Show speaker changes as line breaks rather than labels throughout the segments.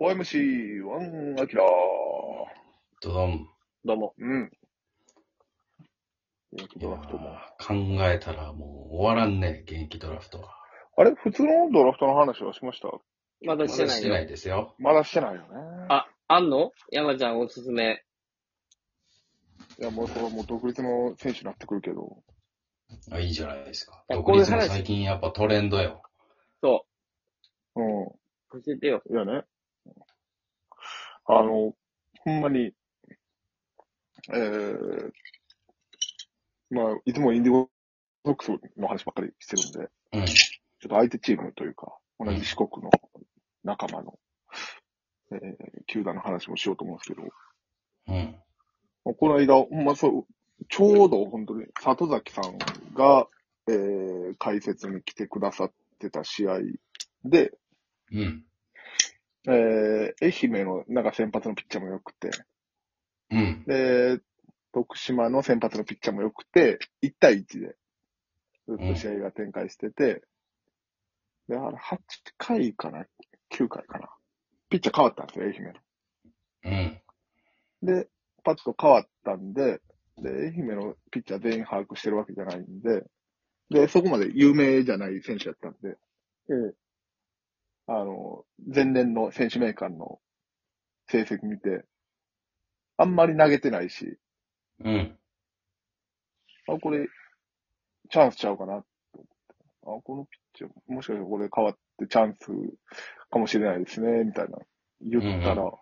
OMC1 アキラー。
ドドン。
どうも。うん。元気
いや
ド
ー
ラフトも。
考えたらもう終わらんね、現役ドラフトは。
あれ普通のドラフトの話はしました
ま
まだ
だ
してな
し
い
て
よ。
ないですよ。
まだしてないよね。
あ、あんの山ちゃんおすすめ。
いや、もうそれはもう独立の選手になってくるけど。
あいいじゃないですか。
いや
独立
こういう
も
話
最近やっぱトレンドよ。
そうう。教えてよ。
ん。いやね。あの、ほんまに、えー、まあ、いつもインディゴソックスの話ばっかりしてるんで、
うん。
ちょっと相手チームというか、同じ四国の仲間の、えー、球団の話もしようと思うんですけど、
うん。
この間、ほんまそう、ちょうど本当に里崎さんが、えー、解説に来てくださってた試合で、
うん。
えー、愛媛のなんか先発のピッチャーも良くて、
うん。
で、徳島の先発のピッチャーも良くて、1対1で、ずっと試合が展開してて、で、あれ、8回かな ?9 回かなピッチャー変わったんですよ、愛媛
うん。
の。で、パッと変わったんで、で、愛媛のピッチャー全員把握してるわけじゃないんで、で、そこまで有名じゃない選手だったんで、あの、前年の選手名鑑の成績見て、あんまり投げてないし、
うん。
あ、これ、チャンスちゃうかなと思って。あ、このピッチャー、もしかしたらこれ変わってチャンスかもしれないですね、みたいな。言ったら、
う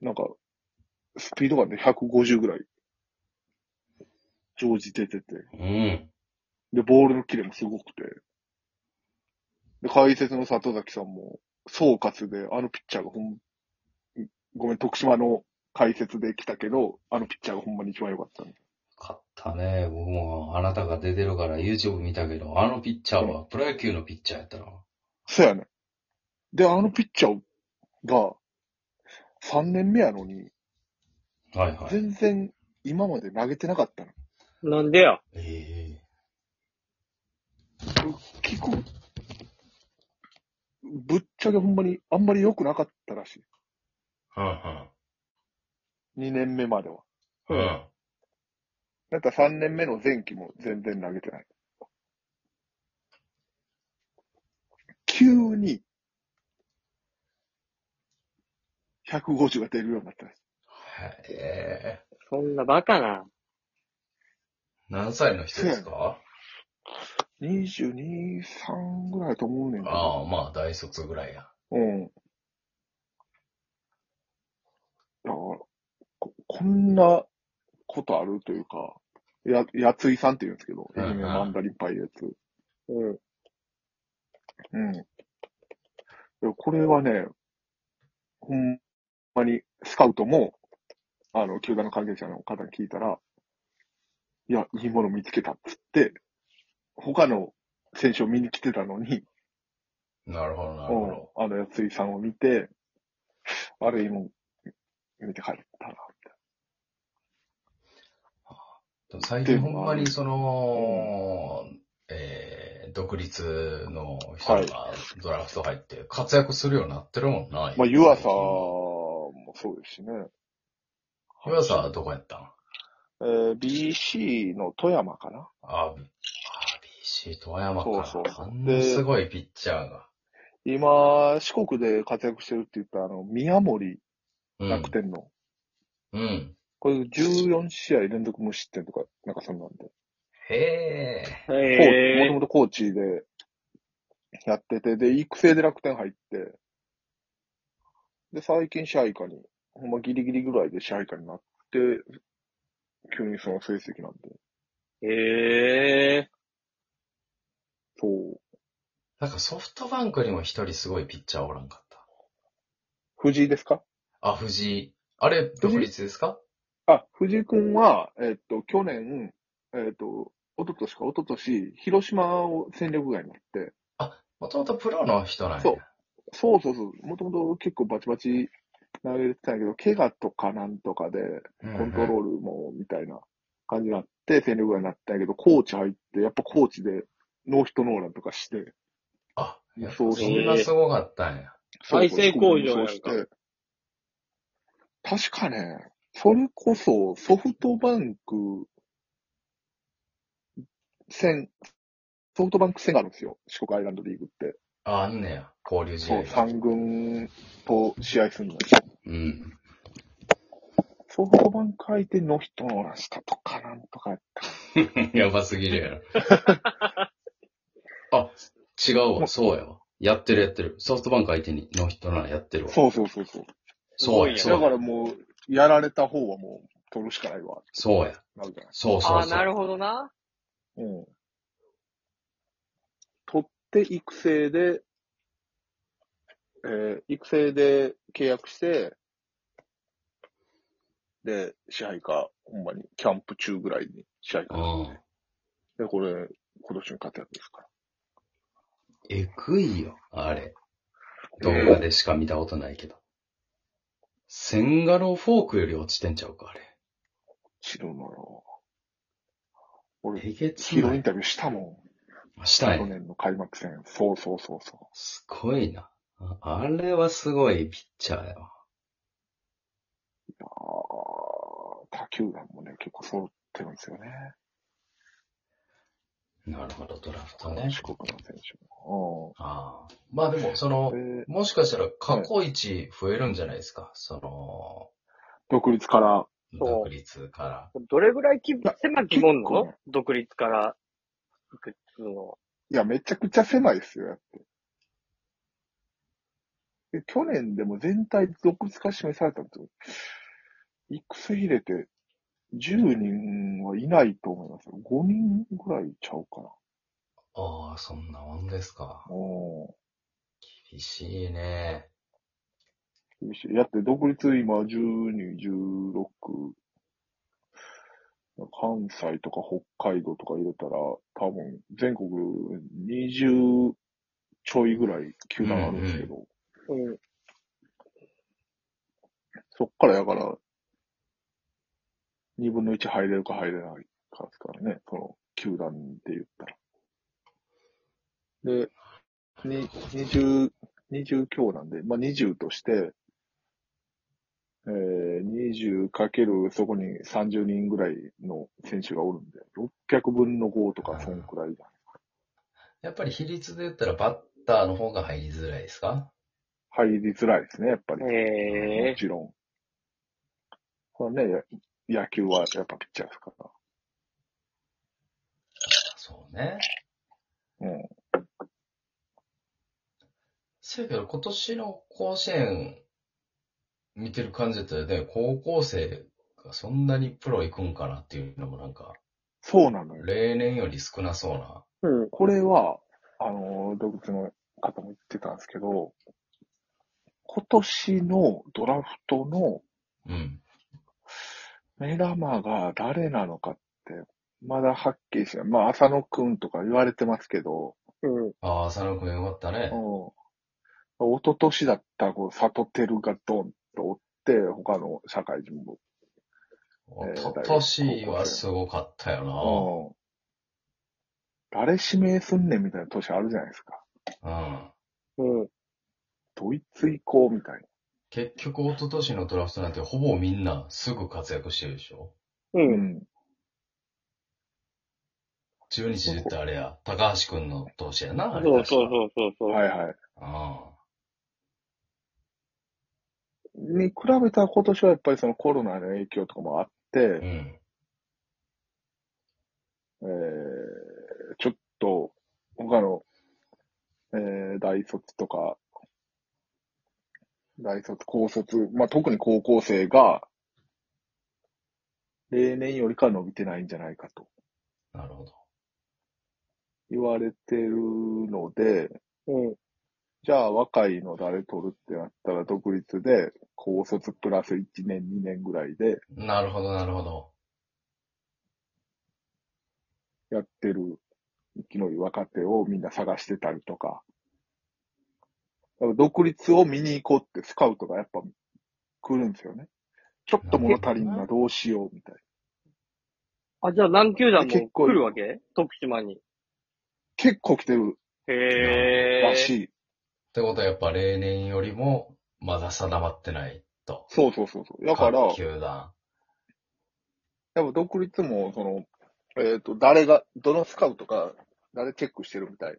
なんか、スピードがね、150ぐらい、常時出てて。
うん。
で、ボールのキレもすごくて。で、解説の里崎さんも、総括で、あのピッチャーがほん、ごめん、徳島の解説で来たけど、あのピッチャーがほんまに一番良かった。
勝ったね。僕もあなたが出てるから YouTube 見たけど、あのピッチャーはプロ野球のピッチャーやったら。
そうやね。で、あのピッチャーが、3年目やのに、
はいはい。
全然今まで投げてなかったの。
なんでや。
え
結構、ぶっちゃけほんまにあんまり良くなかったらし
えうん
い。2年目までは。
うん。うん。
だったら3年目の前期も全然投げてない。急に、150が出るようになったらしい。
はい。ええ
そんなバカな。
何歳の人です か
22、3ぐらいだと思うねんけど。
ああ、まあ大卒ぐらいや。
うん。だから、こ、こんなことあるというか、や、やついさんって言うんですけど、
うんうん
愛媛マンダリンパイエツ。
うん。
うん。いやこれはね、ほんまに、スカウトも、あの、球団の関係者の方に聞いたら、いや、いいもの見つけたっつって、他の選手を見に来てたのに、
なるほど、なるほ
うん
ど。
あの、やついさんを見て、あれ、今、見て帰ったな、み
でも最近ほんまにその、えー、独立の人がドラフト入って活躍するようになってる
た
もんな。
いな。まあ、湯浅
は
もそうですしね。
湯浅はどこやったん
えー、BC の富山かな。
あ、RBC 富山か。
そうそうそう
あんなすごいピッチャーが。
今、四国で活躍してるって言った、あの、宮森
うん。
楽天の。
うん。
これ14試合連続無失点とか、なんかそんなんで。
へ
も
え。
と
へ
もとコーチでやってて、で、育成で楽天入って、で、最近支配下に、ほんまギリギリぐらいで支配下になって、急にその成績なんで。
え。へえ。
そう。
なんかソフトバンクにも一人すごいピッチャーおらんかった。
藤井ですか
あ、藤井。あれ、独立ですか
あ、藤井くんは、えっと、去年、えっと、一昨年か一昨年、広島を戦力外になって、
あ、もともとプロの人なんや。
そうそうそうそう、もともと結構バチバチ投げれてたんやけど、怪我とかなんとかで、
うんうん。
コントロールも、みたいな感じになって、戦力外になったんやけど、コーチ入って、やっぱコーチで、ノーヒットノーランとかして、
あ、やっぱ
そう
そう
そんなすごかったんや。
そう
再生工場や
そ
んか
うして確かね、それこそソフトバンク戦、ソフトバンク戦があるんですよ。四国アイランドリーグって。
あ、あんねや。交流試
そ
合
う、
が。
三軍と試合するのに。
うん。
ソフトバンク相手の人のらしたとかなんとかやった。
やばすぎるや ろ。あ、違うわ。そうやわ。やってるやってる。ソフトバンク相手にノーヒットならやってるわ。
そうそうそうそう。
そうや。
す
そ
だ
う
か
や。
らもう、やられた方はもう、取るしかないわ、
そうや。
なるじゃない
そうそ
あ
う
あ、
そう。
なるほどな。
うん。取って育成で、えー育成で契約して、で、支配下、ほんまに、キャンプ中ぐらいに支配下。
うん。
で、これ、今年の活躍ですか
えぐいよ、あれ。動
ら。
画でしか見たことないけど。センガロフォークより落ちてんちゃうか、あれ。
知るなら。俺、
えげつ
ヒーロ
な
ーイン
い。
タビューしたも
した
ん。去
い。
年の開幕戦。そうそうそうそう。
すごいな。ああれはすごいピッチャーやわ。
ああ、他球団もね、結構揃ってるんですよね。
なるほど、ドラフト
四
ね。
国の選手も。
ああ。まあでも、その
う、ん。で、
もしかしたら過去一増えるんじゃないですか。そ
独立から、
の、
そう
独立から。
どれぐらいき狭きもんな
結構
の
ね
独立から行くっつうのは。
いや、めちゃくちゃ狭いですよ、やって。で去年でも全体独立化示されたんですよ。育成入れて、10人はいないと思いますよ。5人ぐらいちゃうかな。
ああ、そんなもんですか。
おー
厳しいね。
厳しい。やって、独立今12、16。関西とか北海道とか入れたら、多分全国20ちょいぐらい球団あるんですけど、
うん。
そっからだから、2分の1入れるか入れないかですからね、その球団で言ったら。で、に20、20強なんで、まあ、20として、えー、20かけるそこに30人ぐらいの選手がおるんで、600分の5とかそんくらいじゃ
やっぱり比率で言ったらバッターの方が入りづらいですか
入りづらいですね、やっぱり。
え
もちろん。これね、や野球はやっぱピッチャーですから。
そうね。
うん。
せやけど今年の甲子園見てる感じだったらね、高校生がそんなにプロ行くんかなっていうのもなんか、
そうなのよ。
例年より少なそうな。
えうん。
これは、あの、動物の方も言ってたんですけど、今年のドラフトの
うん。
目玉が誰なのかって、まだはっきりしない。まあ、浅野くんとか言われてますけど、
うん。
ああ、浅野くんよかったね
う。ん。一昨年だったら、こう、サトテルがドンとおって、他の社会人も。
お
えー
ととしはすごかったよ
うん。誰指名すんねんみたいな年あるじゃないですか。
な。うん。
うん。
ドイツ行こうみたいな。
結局、一昨年のドラフトなんてほぼみんなすぐ活躍してるでしょ
う。
うんん。
中日で言ったらあれや、高橋くんの投手やな、あれ
そうそう
う。
そうそうそう。
はいはい。
あ
に比べたら今年はやっぱりそのコロナの影響とかもあって
あ、う、ん。
えー、ちょっと他の、えー、大卒とか、大卒、高卒、まあ、特に高校生が、例年よりか伸びてないんじゃないかと
なるほど。
言われてるので、
うん。
じゃあ若いの誰取るってなったら独立で、高卒プラス1年、2年ぐらいで
なるほど、なるほど。
やってる生きのいい若手をみんな探してたりとか、だから独立を見に行こうってスカウトがやっぱ来るんですよね。ちょっと物足りんな、どうしようみたいな。
あ、じゃあ何球団も
結構
来るわけ徳島に。
結構来てる
へえ。
らしい。
ってことはやっぱ例年よりも、まだ定まってないと。
そうそうそうそう。だから、
各球団。
やっぱ独立も、その、えっ、と、誰が、どのスカウトか、誰チェックしてるみたいな。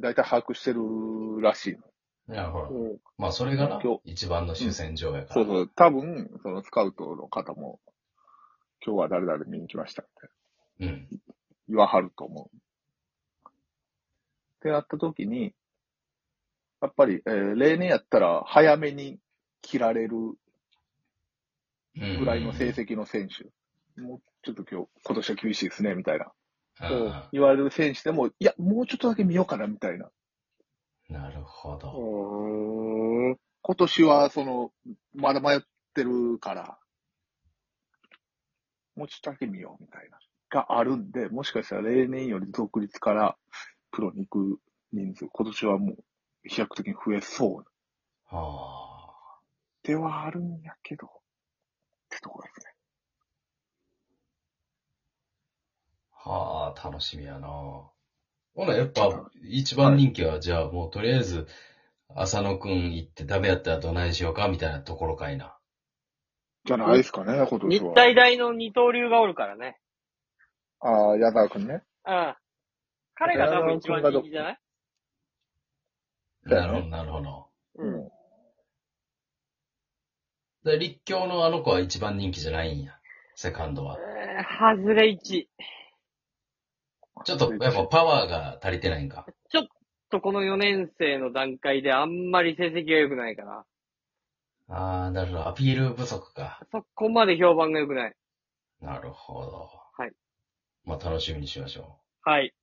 大体把握してるらしいの。
なるほど。
うん。
まあそれがな
今日、
一番の主戦場やか
そう
ら。
そう。多分、そのスカウトの方も、今日は誰々見に来ましたって
うん。
言わはると思う。ってなった時に、やっぱり、えー例年やったら早めに切られる
うん。
ぐらいの成績の選手。もうちょっと今日、今年は厳しいですね、みたいな。
うん。
言われる選手でも、いや、もうちょっとだけ見ようかな、みたいな。
なるほど。
うーん。
今年は、その、まだ迷ってるから、もうちょっとだけ見よう、みたいな。があるんで、もしかしたら例年より独立からプロに行く人数、今年はもう飛躍的に増えそう
はあ。
ではあるんやけど、ってとこですね。
はあ、楽しみやなほら、やっぱ、一番人気は、じゃあもうとりあえず、浅野くん行ってダメやったらどないしようかみたいなところかいな。
じゃないですかね、今年
日
は。
体大の二刀流がおるからね。
ああ、矢沢くんね。
うん。彼が多分一番人気じゃない
だ
なる
よ
ほ
ね
ど、なるほど。
うん。
で、立教のあの子は一番人気じゃないんや。セカンドは。
えー、外れ1。
ちょっと、やっぱパワーが足りてないんか。
と、この4年生の段階であんまり成績が良くないから、
ああ、なるほど。アピール不足か。
そこまで評判が良くない。
なるほど。
はい。
まあ、楽しみにしましょう。
はい。